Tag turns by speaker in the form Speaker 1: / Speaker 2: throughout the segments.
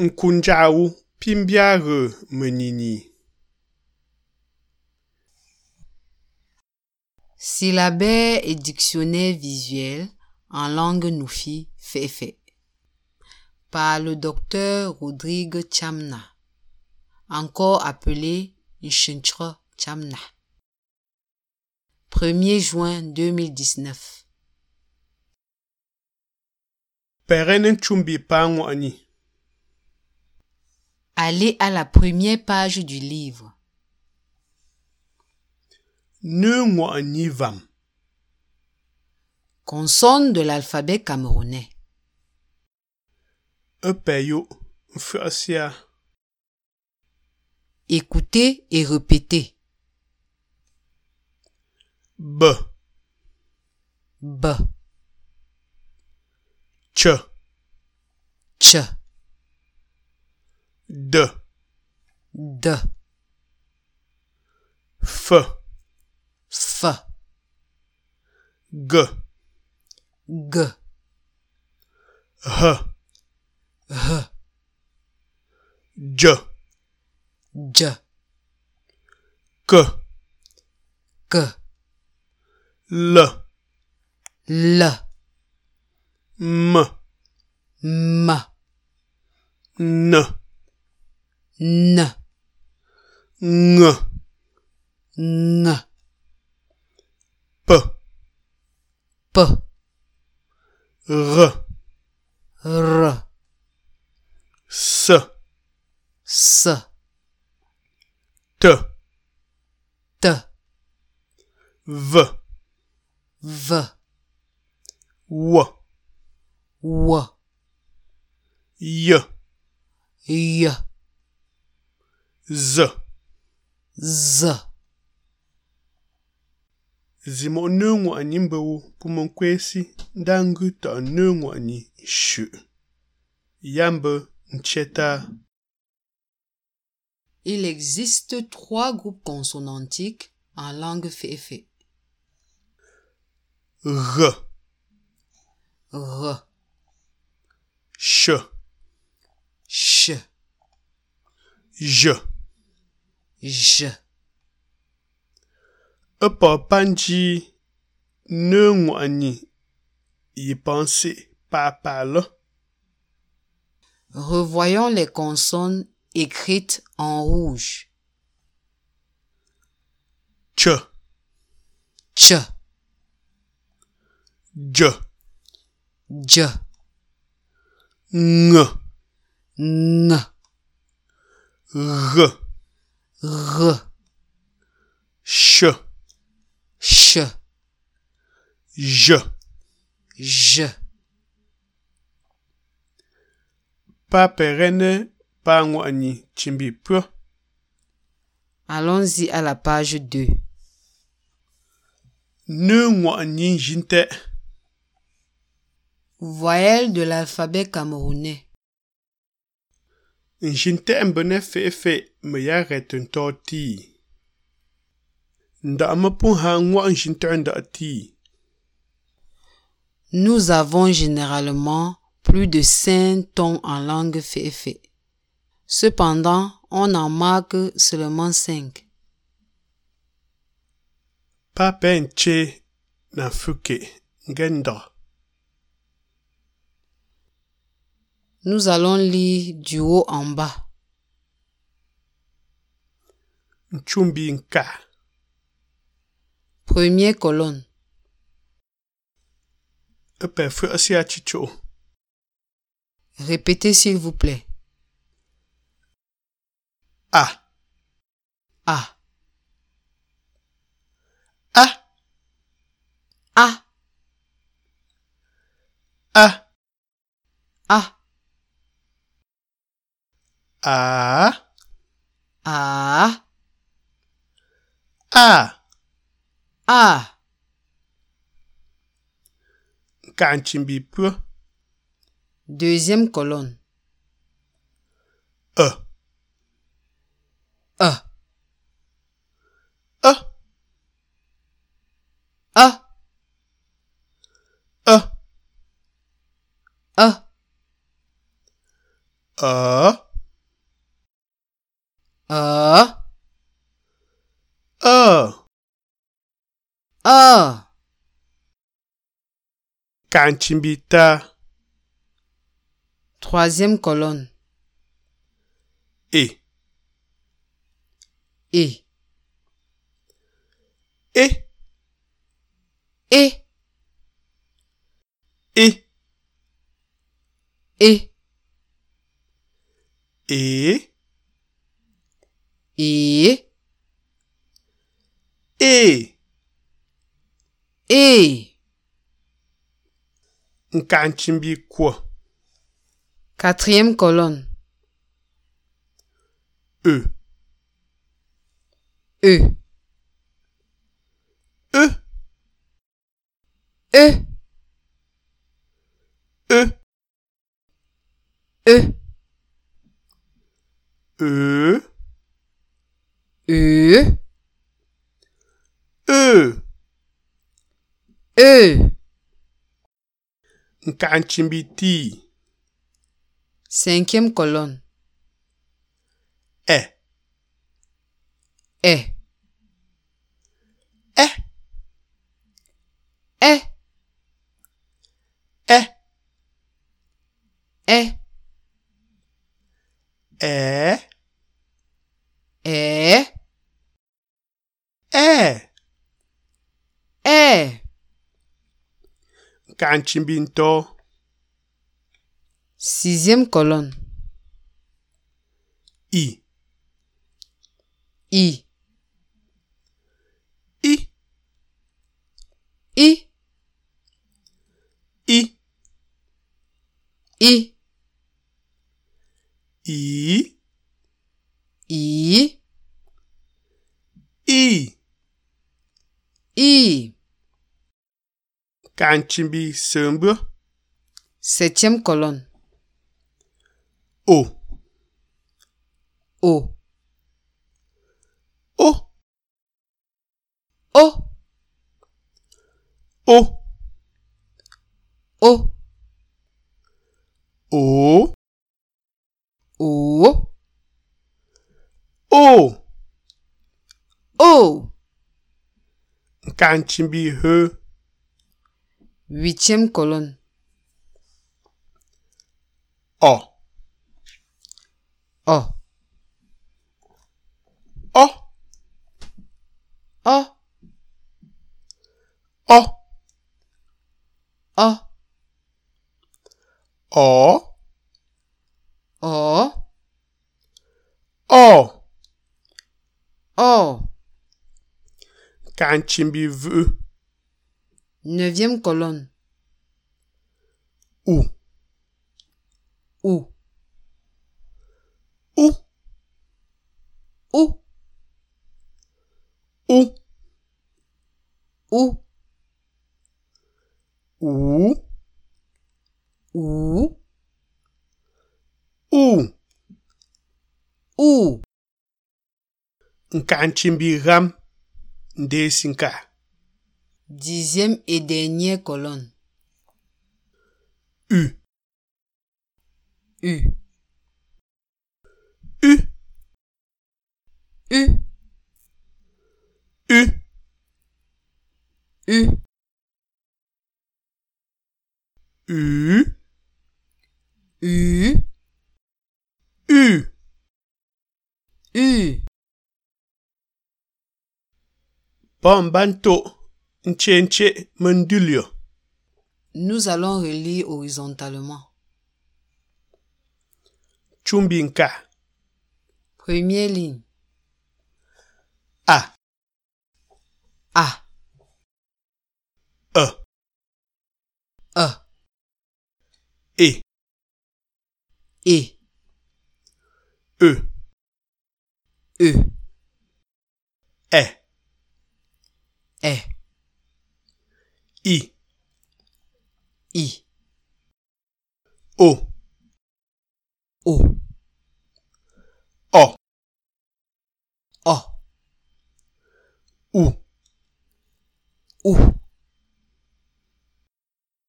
Speaker 1: Nkunjawu Pimbiare Menini.
Speaker 2: Syllabaire et dictionnaire visuel en langue Nufi Fefe. Par le docteur Rodrigue Chamna, encore appelé Nchentra Chamna. 1er juin 2019.
Speaker 1: Perenin Chumbi Pangwani.
Speaker 2: Allez à la première page du livre.
Speaker 1: Nungwani Vam.
Speaker 2: Consonne de l'alphabet camerounais.
Speaker 1: Epeyo Fasia.
Speaker 2: Écoutez et répétez.
Speaker 1: B.
Speaker 2: B,
Speaker 1: Ch.
Speaker 2: Ch,
Speaker 1: D.
Speaker 2: D,
Speaker 1: F.
Speaker 2: F,
Speaker 1: G.
Speaker 2: G,
Speaker 1: H.
Speaker 2: H,
Speaker 1: J.
Speaker 2: J,
Speaker 1: K.
Speaker 2: K,
Speaker 1: L.
Speaker 2: L,
Speaker 1: M.
Speaker 2: M,
Speaker 1: N.
Speaker 2: N,
Speaker 1: Ng.
Speaker 2: N,
Speaker 1: P.
Speaker 2: P,
Speaker 1: R.
Speaker 2: R,
Speaker 1: S.
Speaker 2: S,
Speaker 1: T.
Speaker 2: T,
Speaker 1: V.
Speaker 2: V,
Speaker 1: W.
Speaker 2: W,
Speaker 1: Y.
Speaker 2: Y,
Speaker 1: Z.
Speaker 2: Z.
Speaker 1: Zimo nungwani mbewu pumonkwesi ndangu ta nungwani shu. Yambe ncheta.
Speaker 2: Il existe trois groupes consonantiques en langue féfé.
Speaker 1: R.
Speaker 2: R,
Speaker 1: Ch.
Speaker 2: Ch,
Speaker 1: J.
Speaker 2: J.
Speaker 1: Epa panji nungwani. Yipansi papalo.
Speaker 2: Revoyons les consonnes écrites en rouge.
Speaker 1: Ch.
Speaker 2: Ch,
Speaker 1: J.
Speaker 2: J,
Speaker 1: Ng.
Speaker 2: N,
Speaker 1: R.
Speaker 2: R,
Speaker 1: Ch.
Speaker 2: Ch,
Speaker 1: J.
Speaker 2: J.
Speaker 1: Pa perene pa ngwani chimbi pyo.
Speaker 2: Allons-y à la page 2.
Speaker 1: Nungwani jinte.
Speaker 2: Voyelles de l'alphabet camerounais.
Speaker 1: Njinte mbene fefe me ya reten to ti. Nda mapun ha ngwa njinte nda ti.
Speaker 2: Nous avons généralement plus de 5 tons en langue féfé. Cependant, on en marque seulement 5.
Speaker 1: Pa penche na fuke ngenda.
Speaker 2: Nous allons lire du haut en bas.
Speaker 1: Nchumbi nka.
Speaker 2: Première colonne.
Speaker 1: Epe E fwe ase ya chicho.
Speaker 2: Répétez s'il vous plaît.
Speaker 1: A.
Speaker 2: A.
Speaker 1: A.
Speaker 2: A.
Speaker 1: A.
Speaker 2: A.
Speaker 1: A.
Speaker 2: A.
Speaker 1: A.
Speaker 2: A.
Speaker 1: Nka nchimbi pyo.
Speaker 2: Deuxième colonne.
Speaker 1: E.
Speaker 2: A.
Speaker 1: E.
Speaker 2: A.
Speaker 1: E.
Speaker 2: A.
Speaker 1: a,
Speaker 2: e,
Speaker 1: a.
Speaker 2: e,
Speaker 1: Kanchimbita
Speaker 2: troisième colonne,
Speaker 1: e.
Speaker 2: e,
Speaker 1: E,
Speaker 2: e,
Speaker 1: e,
Speaker 2: e,
Speaker 1: e,
Speaker 2: e,
Speaker 1: e.
Speaker 2: e.
Speaker 1: Nkanchimbi kwa,
Speaker 2: Quatrième colonne,
Speaker 1: e.
Speaker 2: e,
Speaker 1: E,
Speaker 2: e,
Speaker 1: e,
Speaker 2: e,
Speaker 1: e, e.
Speaker 2: e, e.
Speaker 1: Nkanchimbiti
Speaker 2: Cinquième colonne,
Speaker 1: e.
Speaker 2: e,
Speaker 1: E,
Speaker 2: e,
Speaker 1: e,
Speaker 2: e,
Speaker 1: e,
Speaker 2: e,
Speaker 1: e.
Speaker 2: e.
Speaker 1: Nkanchimbinto
Speaker 2: Sixième colonne,
Speaker 1: i.
Speaker 2: i,
Speaker 1: I,
Speaker 2: i,
Speaker 1: i,
Speaker 2: i,
Speaker 1: i,
Speaker 2: i,
Speaker 1: i.
Speaker 2: i.
Speaker 1: Kanchimbi sembe
Speaker 2: Septième colonne,
Speaker 1: o.
Speaker 2: o,
Speaker 1: O,
Speaker 2: o,
Speaker 1: o,
Speaker 2: o,
Speaker 1: o,
Speaker 2: o,
Speaker 1: o.
Speaker 2: o.
Speaker 1: Nkanchimbi he,
Speaker 2: Huitième colonne,
Speaker 1: o.
Speaker 2: o,
Speaker 1: O,
Speaker 2: o,
Speaker 1: o,
Speaker 2: o,
Speaker 1: o,
Speaker 2: o,
Speaker 1: o.
Speaker 2: o.
Speaker 1: Kanchimbi v,
Speaker 2: Neuvième colonne,
Speaker 1: u.
Speaker 2: ou,
Speaker 1: U,
Speaker 2: ou,
Speaker 1: u,
Speaker 2: ou,
Speaker 1: u,
Speaker 2: ou,
Speaker 1: u.
Speaker 2: ou.
Speaker 1: Nkanchimbi ram, ndesinka.
Speaker 2: Dixième et dernière colonne,
Speaker 1: U,
Speaker 2: u,
Speaker 1: u,
Speaker 2: u,
Speaker 1: u.
Speaker 2: u,
Speaker 1: U,
Speaker 2: u,
Speaker 1: u.
Speaker 2: u.
Speaker 1: Bambanto, nchenche mendulyo.
Speaker 2: Nous allons relier horizontalement.
Speaker 1: Chumbinka,
Speaker 2: Première ligne,
Speaker 1: a,
Speaker 2: A,
Speaker 1: e,
Speaker 2: E,
Speaker 1: e,
Speaker 2: E,
Speaker 1: e,
Speaker 2: E,
Speaker 1: e,
Speaker 2: E,
Speaker 1: i,
Speaker 2: I,
Speaker 1: o,
Speaker 2: O,
Speaker 1: o,
Speaker 2: O,
Speaker 1: u.
Speaker 2: U,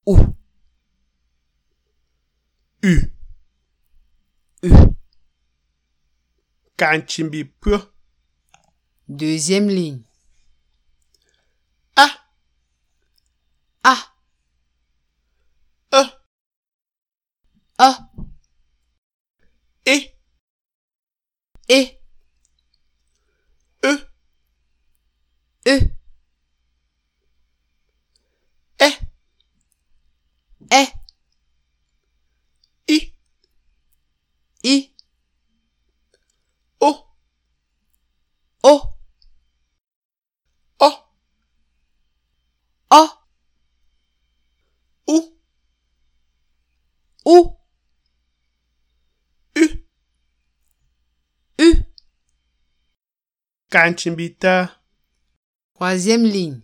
Speaker 2: U,
Speaker 1: U,
Speaker 2: U.
Speaker 1: Kan chimbi pyo.
Speaker 2: Deuxième ligne.
Speaker 1: A.
Speaker 2: A.
Speaker 1: E.
Speaker 2: A.
Speaker 1: E.
Speaker 2: E.
Speaker 1: E.
Speaker 2: E.
Speaker 1: E.
Speaker 2: E.
Speaker 1: E. I.
Speaker 2: I.
Speaker 1: O.
Speaker 2: O.
Speaker 1: O.
Speaker 2: O.
Speaker 1: U.
Speaker 2: U.
Speaker 1: U.
Speaker 2: U.
Speaker 1: Kan chimbi ta.
Speaker 2: Troisième ligne.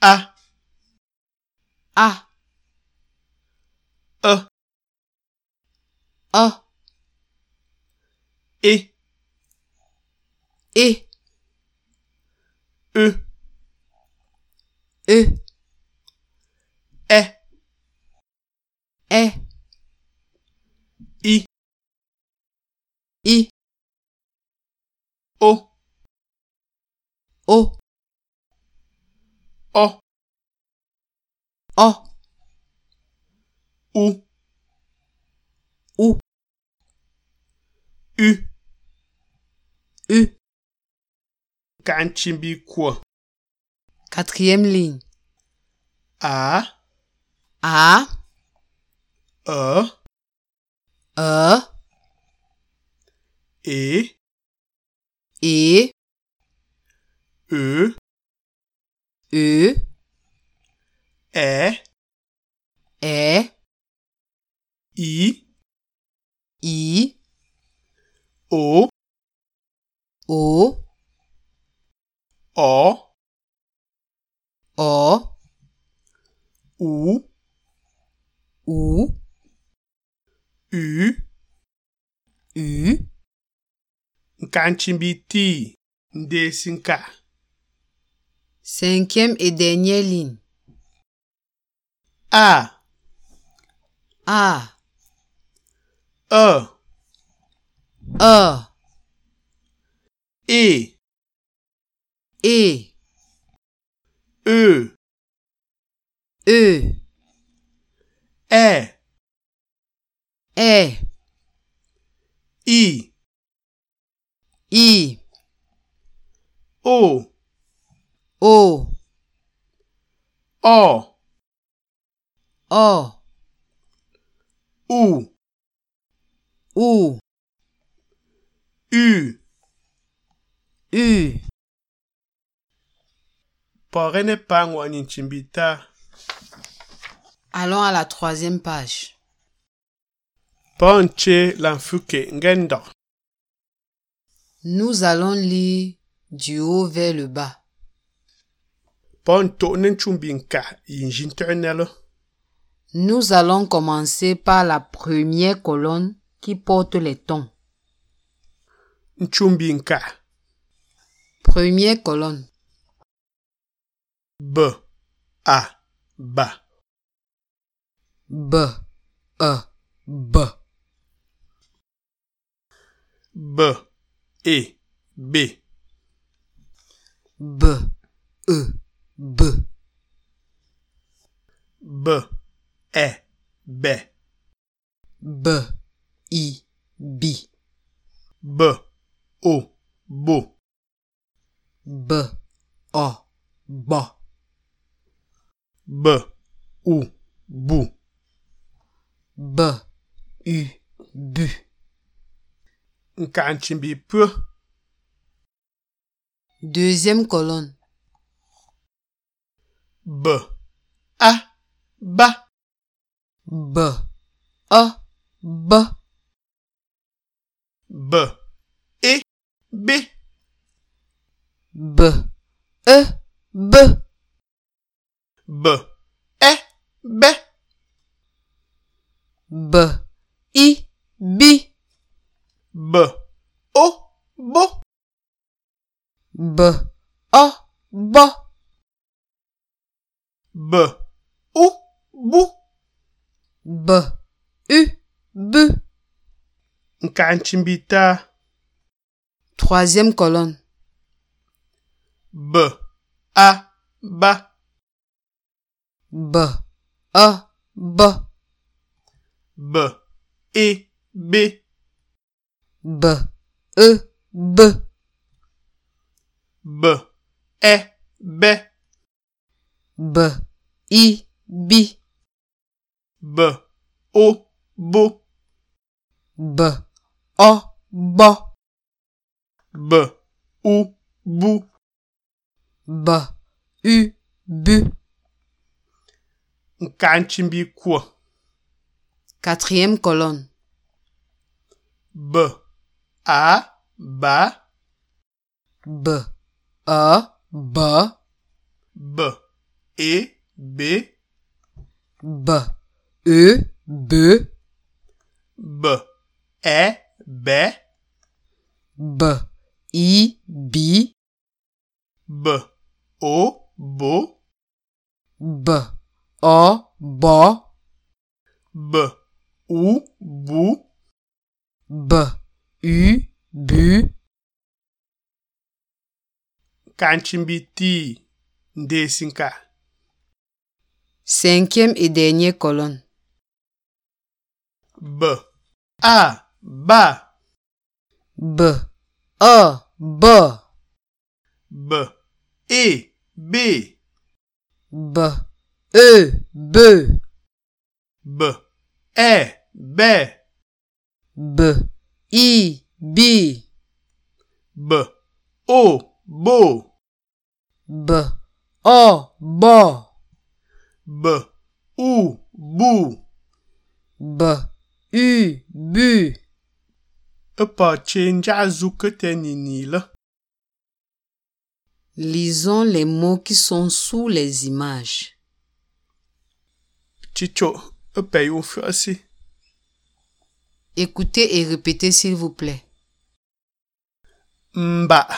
Speaker 1: A.
Speaker 2: A.
Speaker 1: E.
Speaker 2: A.
Speaker 1: E.
Speaker 2: E.
Speaker 1: E.
Speaker 2: E.
Speaker 1: E.
Speaker 2: E.
Speaker 1: I.
Speaker 2: I.
Speaker 1: O.
Speaker 2: O.
Speaker 1: O.
Speaker 2: O.
Speaker 1: U.
Speaker 2: U.
Speaker 1: U.
Speaker 2: U.
Speaker 1: Kan chimbi kwa.
Speaker 2: Quatrième ligne.
Speaker 1: A.
Speaker 2: A.
Speaker 1: E.
Speaker 2: E.
Speaker 1: E.
Speaker 2: E.
Speaker 1: E.
Speaker 2: E.
Speaker 1: E.
Speaker 2: E.
Speaker 1: I.
Speaker 2: I.
Speaker 1: O.
Speaker 2: O.
Speaker 1: O.
Speaker 2: O.
Speaker 1: U.
Speaker 2: U.
Speaker 1: U.
Speaker 2: U.
Speaker 1: Nkanchimbi T. Ndesinka.
Speaker 2: Cinquième et dernière ligne.
Speaker 1: A.
Speaker 2: A.
Speaker 1: E.
Speaker 2: E.
Speaker 1: E.
Speaker 2: E.
Speaker 1: E.
Speaker 2: E.
Speaker 1: E.
Speaker 2: E.
Speaker 1: I.
Speaker 2: E, I.
Speaker 1: O.
Speaker 2: O.
Speaker 1: O.
Speaker 2: O.
Speaker 1: U.
Speaker 2: U.
Speaker 1: U.
Speaker 2: U.
Speaker 1: Porene pangwa nchimbi ta.
Speaker 2: Allons à la troisième page.
Speaker 1: Ponche lanfuke ngendo.
Speaker 2: Nous allons lire du haut vers le bas.
Speaker 1: Ponto nenchumbi nka. Injinternelo.
Speaker 2: Nous allons commencer par la première colonne qui porte les tons.
Speaker 1: Nchumbi nka.
Speaker 2: Première colonne.
Speaker 1: B. A. Ba.
Speaker 2: B. E. B.
Speaker 1: B. E. B.
Speaker 2: B. E. B.
Speaker 1: B. E. Be.
Speaker 2: B. I. B.
Speaker 1: B. O. Bo.
Speaker 2: B. O. B.
Speaker 1: B, U, Bu,
Speaker 2: B. U. Bu.
Speaker 1: Nkanchimbi Pö,
Speaker 2: Deuxième colonne.
Speaker 1: B, E, A, Ba,
Speaker 2: B. E. B.
Speaker 1: B, E, B,
Speaker 2: B. E. B.
Speaker 1: B, E, Be,
Speaker 2: B. I. B.
Speaker 1: B, O, Bo,
Speaker 2: B. O. B.
Speaker 1: B, U, Bu,
Speaker 2: B. U. B.
Speaker 1: nka nchimbita
Speaker 2: Troisième colonne.
Speaker 1: b a ba
Speaker 2: B. A. B.
Speaker 1: b e b
Speaker 2: B. E. B.
Speaker 1: b e be
Speaker 2: B. I. B.
Speaker 1: b o bo
Speaker 2: B. O. B.
Speaker 1: b u bu
Speaker 2: B. U. Bu.
Speaker 1: nka nchimbi kwo
Speaker 2: Quatrième colonne.
Speaker 1: b a ba
Speaker 2: B. A. B.
Speaker 1: b e b
Speaker 2: B. E. B.
Speaker 1: b e be
Speaker 2: B. I. B.
Speaker 1: b o bo
Speaker 2: B. O. B.
Speaker 1: b u bu
Speaker 2: B. U. Bu.
Speaker 1: kanchimbiti ndesinka
Speaker 2: Cinquième et dernière colonne.
Speaker 1: b a ba
Speaker 2: B. A. B.
Speaker 1: b e b
Speaker 2: B, E, B,
Speaker 1: b e be
Speaker 2: B, I, B,
Speaker 1: b o bo
Speaker 2: B, O, B,
Speaker 1: b u bu
Speaker 2: B, U, B.
Speaker 1: E pa chenja zuketeniniila
Speaker 2: Lisons les mots qui sont sous les images.
Speaker 1: chicho e pe yumfasi
Speaker 2: Écoutez et répétez s'il vous plaît.
Speaker 1: mba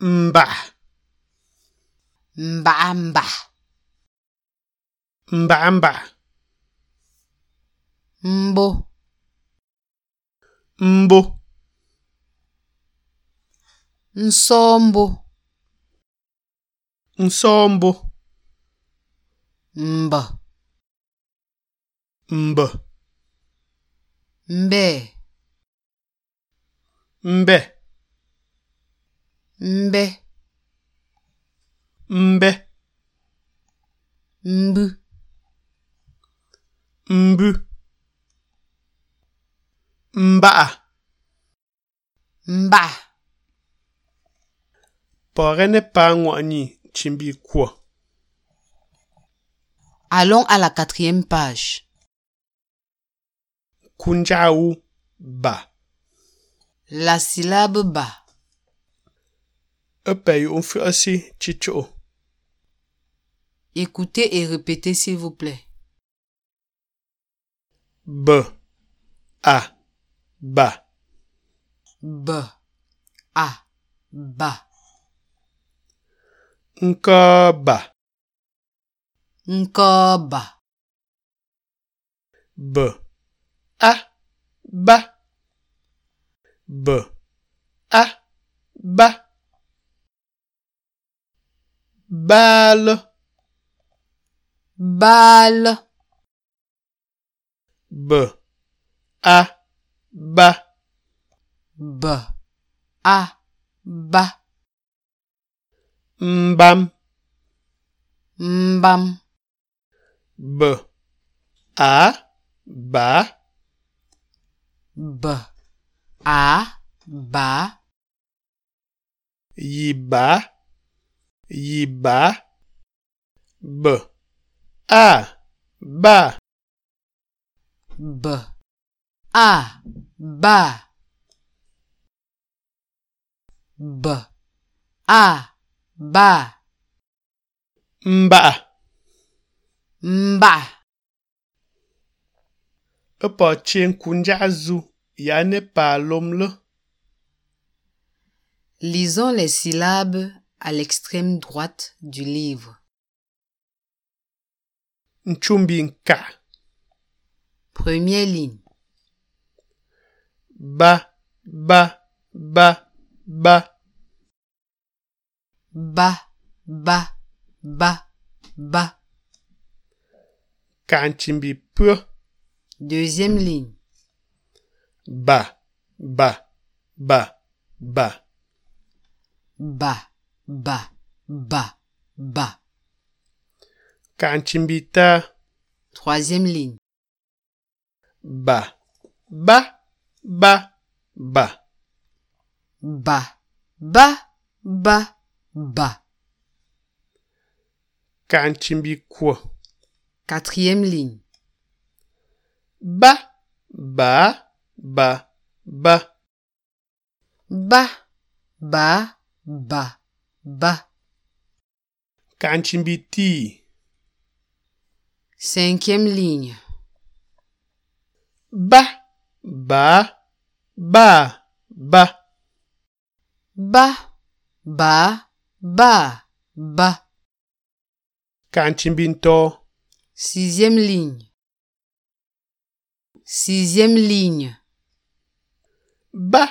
Speaker 1: mba
Speaker 2: Mba, mba,
Speaker 1: mba mba
Speaker 2: mbo,
Speaker 1: mbo
Speaker 2: nsombo,
Speaker 1: nsombo
Speaker 2: mba,
Speaker 1: mb
Speaker 2: mbe,
Speaker 1: mbe
Speaker 2: mbe,
Speaker 1: mbe
Speaker 2: mbu,
Speaker 1: mbu mbaa
Speaker 2: mba.
Speaker 1: pɔgɛ ne paa ŋɔ'ɔnyi chimbi kuɔ
Speaker 2: Allons à la quatrième page.
Speaker 1: kunjaawu ba
Speaker 2: La syllabe ba.
Speaker 1: e pɛ yu'un fiɔsi chichu'u
Speaker 2: Écoutez et répétez s'il vous plaît.
Speaker 1: b a ba
Speaker 2: B A B
Speaker 1: nkɔ ba
Speaker 2: encore bas
Speaker 1: b a ba b a ba baal
Speaker 2: balle
Speaker 1: b a ba
Speaker 2: B A bas
Speaker 1: mbam
Speaker 2: mbam
Speaker 1: b a ba
Speaker 2: B A bas
Speaker 1: yiba yiba b a ba
Speaker 2: B A bas B A bas
Speaker 1: mba
Speaker 2: mba
Speaker 1: e pa chen kunja zu ya ne pa lom le
Speaker 2: Lisons les syllabes à l'extrême droite du livre.
Speaker 1: nchumbi nka
Speaker 2: Première ligne.
Speaker 1: ba, ba, ba, ba,
Speaker 2: ba, ba, ba, ba.
Speaker 1: kanchimbi pyo,
Speaker 2: Deuxième ligne.
Speaker 1: ba, ba, ba, ba,
Speaker 2: Ba, ba, ba, ba.
Speaker 1: kanchimbi ta,
Speaker 2: Troisième ligne.
Speaker 1: ba, ba, ba, ba,
Speaker 2: Ba, ba, ba, ba.
Speaker 1: kanchimbi kwo,
Speaker 2: Quatrième ligne.
Speaker 1: ba, ba, ba, ba,
Speaker 2: Ba, ba, ba, ba.
Speaker 1: kanchimbi ti,
Speaker 2: Cinquième ligne.
Speaker 1: ba, ba, ba, ba,
Speaker 2: Ba, ba, ba, ba.
Speaker 1: kanchimbi nto,
Speaker 2: Sixième ligne. Sixième ligne.
Speaker 1: ba,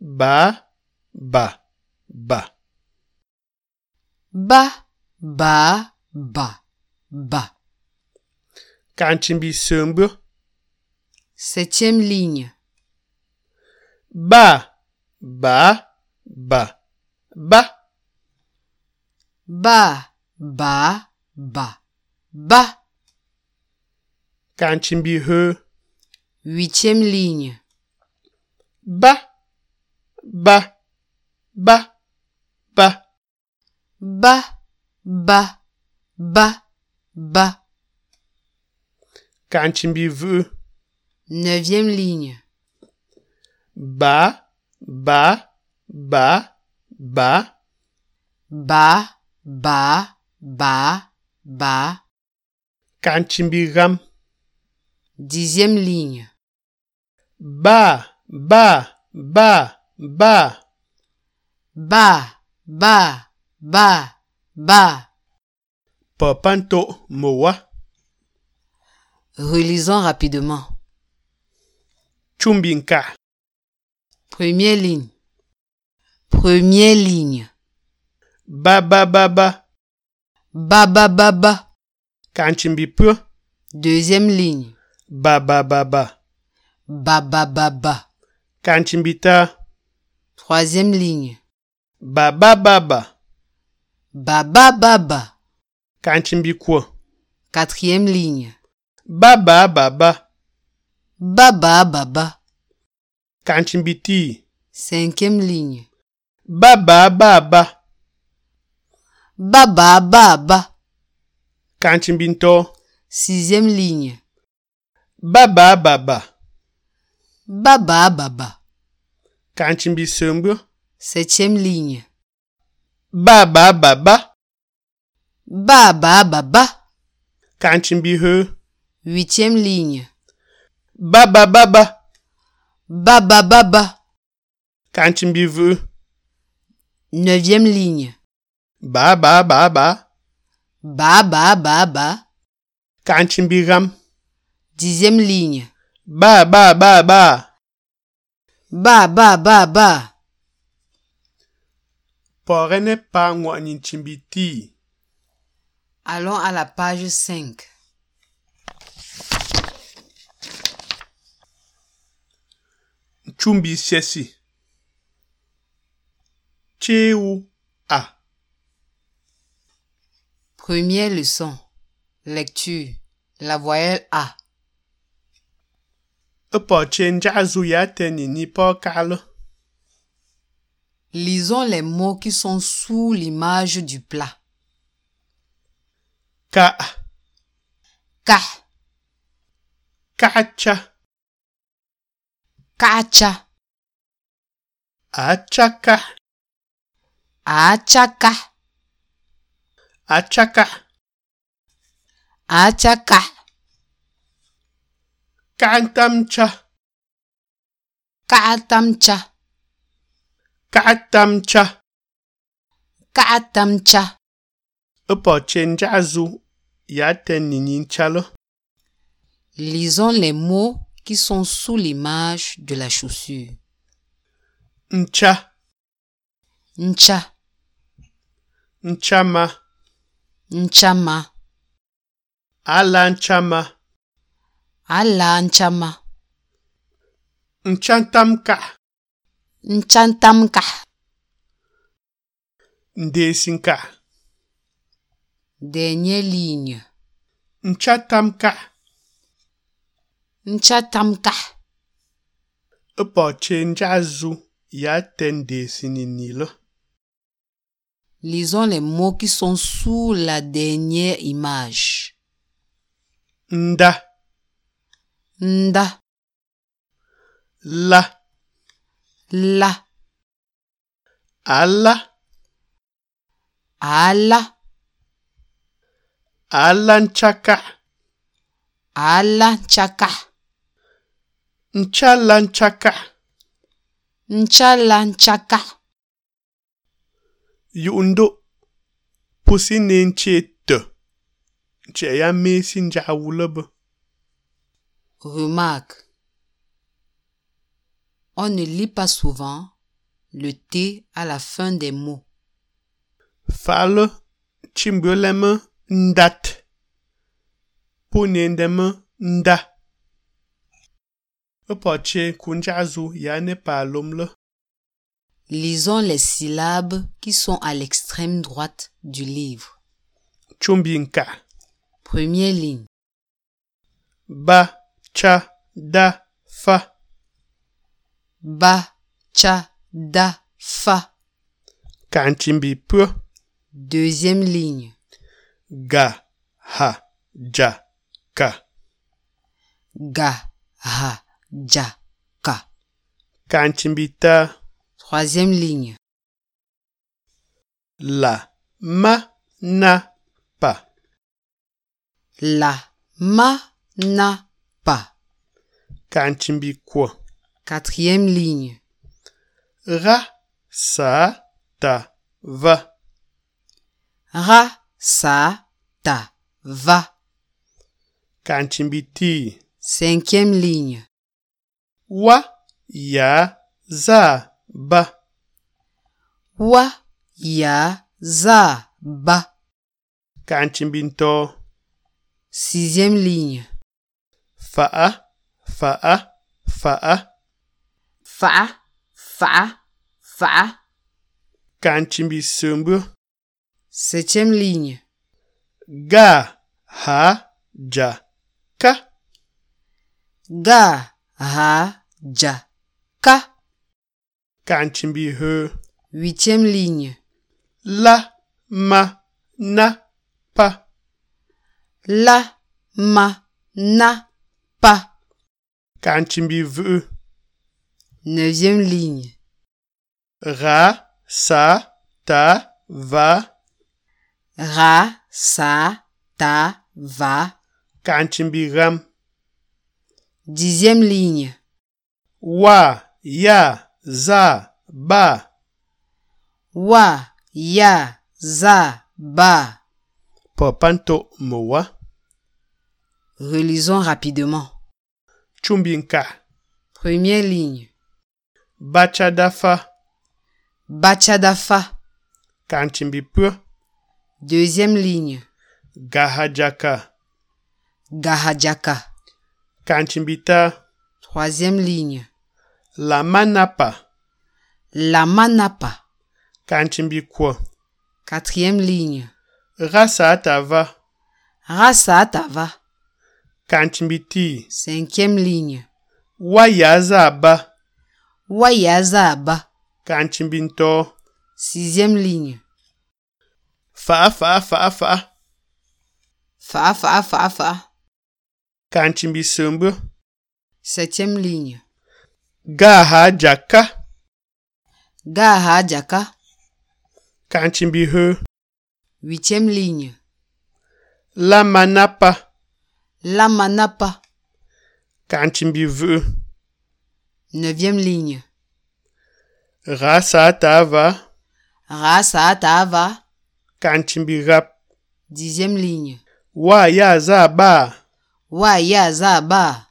Speaker 1: ba, ba, ba.
Speaker 2: Ba, ba, ba, ba.
Speaker 1: Kanchimbi sömbö,
Speaker 2: Septième ligne.
Speaker 1: ba, ba, ba, ba,
Speaker 2: Ba, ba, ba, ba.
Speaker 1: kanchimbi hö,
Speaker 2: Huitième ligne.
Speaker 1: ba, ba, ba, ba,
Speaker 2: Ba, ba, ba, ba.
Speaker 1: kanchimbi vö,
Speaker 2: Neuvième ligne.
Speaker 1: ba, ba, ba, ba,
Speaker 2: Ba, ba, ba, ba.
Speaker 1: kanchimbi ram,
Speaker 2: Dixième ligne.
Speaker 1: ba, ba, ba, ba,
Speaker 2: Ba, ba, ba, ba.
Speaker 1: papanto moa,
Speaker 2: Relisons rapidement.
Speaker 1: chumbinka,
Speaker 2: Première ligne. Première ligne.
Speaker 1: ba, ba, ba, ba,
Speaker 2: Ba, ba, ba, ba.
Speaker 1: kanchimbi pö,
Speaker 2: Deuxième ligne.
Speaker 1: ba, ba, ba, ba,
Speaker 2: Ba, ba, ba, ba.
Speaker 1: kanchimbi ta,
Speaker 2: Troisième ligne.
Speaker 1: ba, ba, ba, ba.
Speaker 2: Ba, ba, ba, ba.
Speaker 1: kanchimbi kwo
Speaker 2: Quatrième ligne.
Speaker 1: baba baba
Speaker 2: Ba, ba, ba, ba.
Speaker 1: kanchimbi ti
Speaker 2: Cinquième ligne.
Speaker 1: baba baba
Speaker 2: Ba, ba, ba, ba.
Speaker 1: kanchimbi nto
Speaker 2: Sixième ligne.
Speaker 1: baba baba
Speaker 2: Ba, ba, ba, ba.
Speaker 1: kanchimbi sömbö
Speaker 2: Septième ligne.
Speaker 1: baba baba
Speaker 2: Ba, ba, ba, ba.
Speaker 1: kanchimbi hö
Speaker 2: Huitième ligne.
Speaker 1: baba baba
Speaker 2: Ba, ba, ba, ba.
Speaker 1: kanchimbi vö
Speaker 2: Neuvième ligne.
Speaker 1: baba baba
Speaker 2: Ba, ba, ba, ba.
Speaker 1: kanchimbi ram
Speaker 2: Dixième ligne.
Speaker 1: baba baba
Speaker 2: Ba, ba, ba, ba.
Speaker 1: pore ne pa ŋwa'ni nchimbi ti
Speaker 2: Allons à la page 5.
Speaker 1: nchumbi siesi chewu a
Speaker 2: Première leçon. Lecture. La voyelle A.
Speaker 1: ipɔche njazu ya teni ni pɔkalɔ
Speaker 2: Lisons les mots qui sont sous l'image du plat.
Speaker 1: ka
Speaker 2: Ka,
Speaker 1: kacha
Speaker 2: kacha,
Speaker 1: achaka
Speaker 2: achaka,
Speaker 1: achaka
Speaker 2: achaka,
Speaker 1: katamcha
Speaker 2: katamcha,
Speaker 1: katamcha
Speaker 2: katamcha.
Speaker 1: ipɔche njazu ya teni ni nchalɔ
Speaker 2: Lisons les mots qui sont sous l'image de la chaussure.
Speaker 1: ncha,
Speaker 2: Ncha,
Speaker 1: nchama,
Speaker 2: nchama,
Speaker 1: ala nchama,
Speaker 2: ala nchama,
Speaker 1: nchantamka,
Speaker 2: nchantamka,
Speaker 1: ndesinka,
Speaker 2: dernière ligne,
Speaker 1: nchatamka,
Speaker 2: nchatamka,
Speaker 1: ipɔche njazu ya te ndesini nilo,
Speaker 2: lisons les mots qui sont sous la dernière image.
Speaker 1: nda,
Speaker 2: Nda,
Speaker 1: la,
Speaker 2: la,
Speaker 1: ala,
Speaker 2: ala,
Speaker 1: ala nchaka,
Speaker 2: ala nchaka,
Speaker 1: nchala nchaka,
Speaker 2: nchala nchaka,
Speaker 1: yundo, pusi ne nche te, nche ya mesi njawulebe,
Speaker 2: remarque. On ne lit pas souvent le T à la fin des mots.
Speaker 1: fale, chimbuleme ndat, punendeme nda, ipɔche kunjazu ya ne palomle,
Speaker 2: Lisons les syllabes qui sont à l'extrême droite du livre.
Speaker 1: chumbinka.
Speaker 2: Première ligne.
Speaker 1: ba, cha, da, fa,
Speaker 2: Ba, cha, da, fa.
Speaker 1: kanchimbi pyo,
Speaker 2: Deuxième ligne.
Speaker 1: ga, ha, ja, ka,
Speaker 2: Ga, ha, ja, ka.
Speaker 1: kanchimbi ta,
Speaker 2: Troisième ligne.
Speaker 1: la, ma, na, pa,
Speaker 2: La, ma, na, pa.
Speaker 1: kanchimbi kwo,
Speaker 2: Quatrième ligne.
Speaker 1: ra, sa, ta, va,
Speaker 2: Ra, sa, ta, va.
Speaker 1: kanchimbi ti,
Speaker 2: Cinquième ligne.
Speaker 1: wa, ya, za, ba,
Speaker 2: Wa, ya, za, ba.
Speaker 1: kanchimbi nto,
Speaker 2: Sixième ligne.
Speaker 1: fa'a, fa'a, fa'a,
Speaker 2: Fa, fa, fa.
Speaker 1: kanchimbi sembyo,
Speaker 2: Septième ligne.
Speaker 1: ga ha ja ka
Speaker 2: Ga, ha, ja, ka.
Speaker 1: kanchimbi he
Speaker 2: Huitième ligne.
Speaker 1: la ma na pa
Speaker 2: La, ma, na, pa.
Speaker 1: kanchimbi vu
Speaker 2: Neuvième ligne.
Speaker 1: ra sa ta va
Speaker 2: Ra, sa, ta, va.
Speaker 1: kanchimbi ram
Speaker 2: Dixième ligne.
Speaker 1: wa ya za ba
Speaker 2: Wa, ya, za, ba.
Speaker 1: popanto mowa
Speaker 2: Relisons rapidement.
Speaker 1: chumbinka
Speaker 2: Première ligne.
Speaker 1: bachadafa
Speaker 2: Bachadafa.
Speaker 1: kanchimbi pyo
Speaker 2: Deuxième ligne.
Speaker 1: gahajaka
Speaker 2: Gahajaka.
Speaker 1: kanchimbi ta
Speaker 2: Troisième ligne.
Speaker 1: la ma na pa
Speaker 2: Lamanapa.
Speaker 1: kanchimbi kwo
Speaker 2: Quatrième ligne.
Speaker 1: ra sa ta va
Speaker 2: Rasatava.
Speaker 1: kantimbiti
Speaker 2: Cinquième ligne.
Speaker 1: wayazaba
Speaker 2: Wayazaba.
Speaker 1: kantimbinto
Speaker 2: Sixième ligne.
Speaker 1: fa fa fa fa
Speaker 2: Fa, fa, fa, fa.
Speaker 1: kantimbisombo
Speaker 2: Septième ligne.
Speaker 1: gaha jaka
Speaker 2: Gahajaka.
Speaker 1: kantimbihe
Speaker 2: Huitième ligne.
Speaker 1: lamanapa
Speaker 2: Lamanapa.
Speaker 1: kantimbivu
Speaker 2: Neuvième ligne.
Speaker 1: rasatava
Speaker 2: Rasatava.
Speaker 1: kantimbirap
Speaker 2: Dixième ligne.
Speaker 1: wayazaba
Speaker 2: Wayazaba.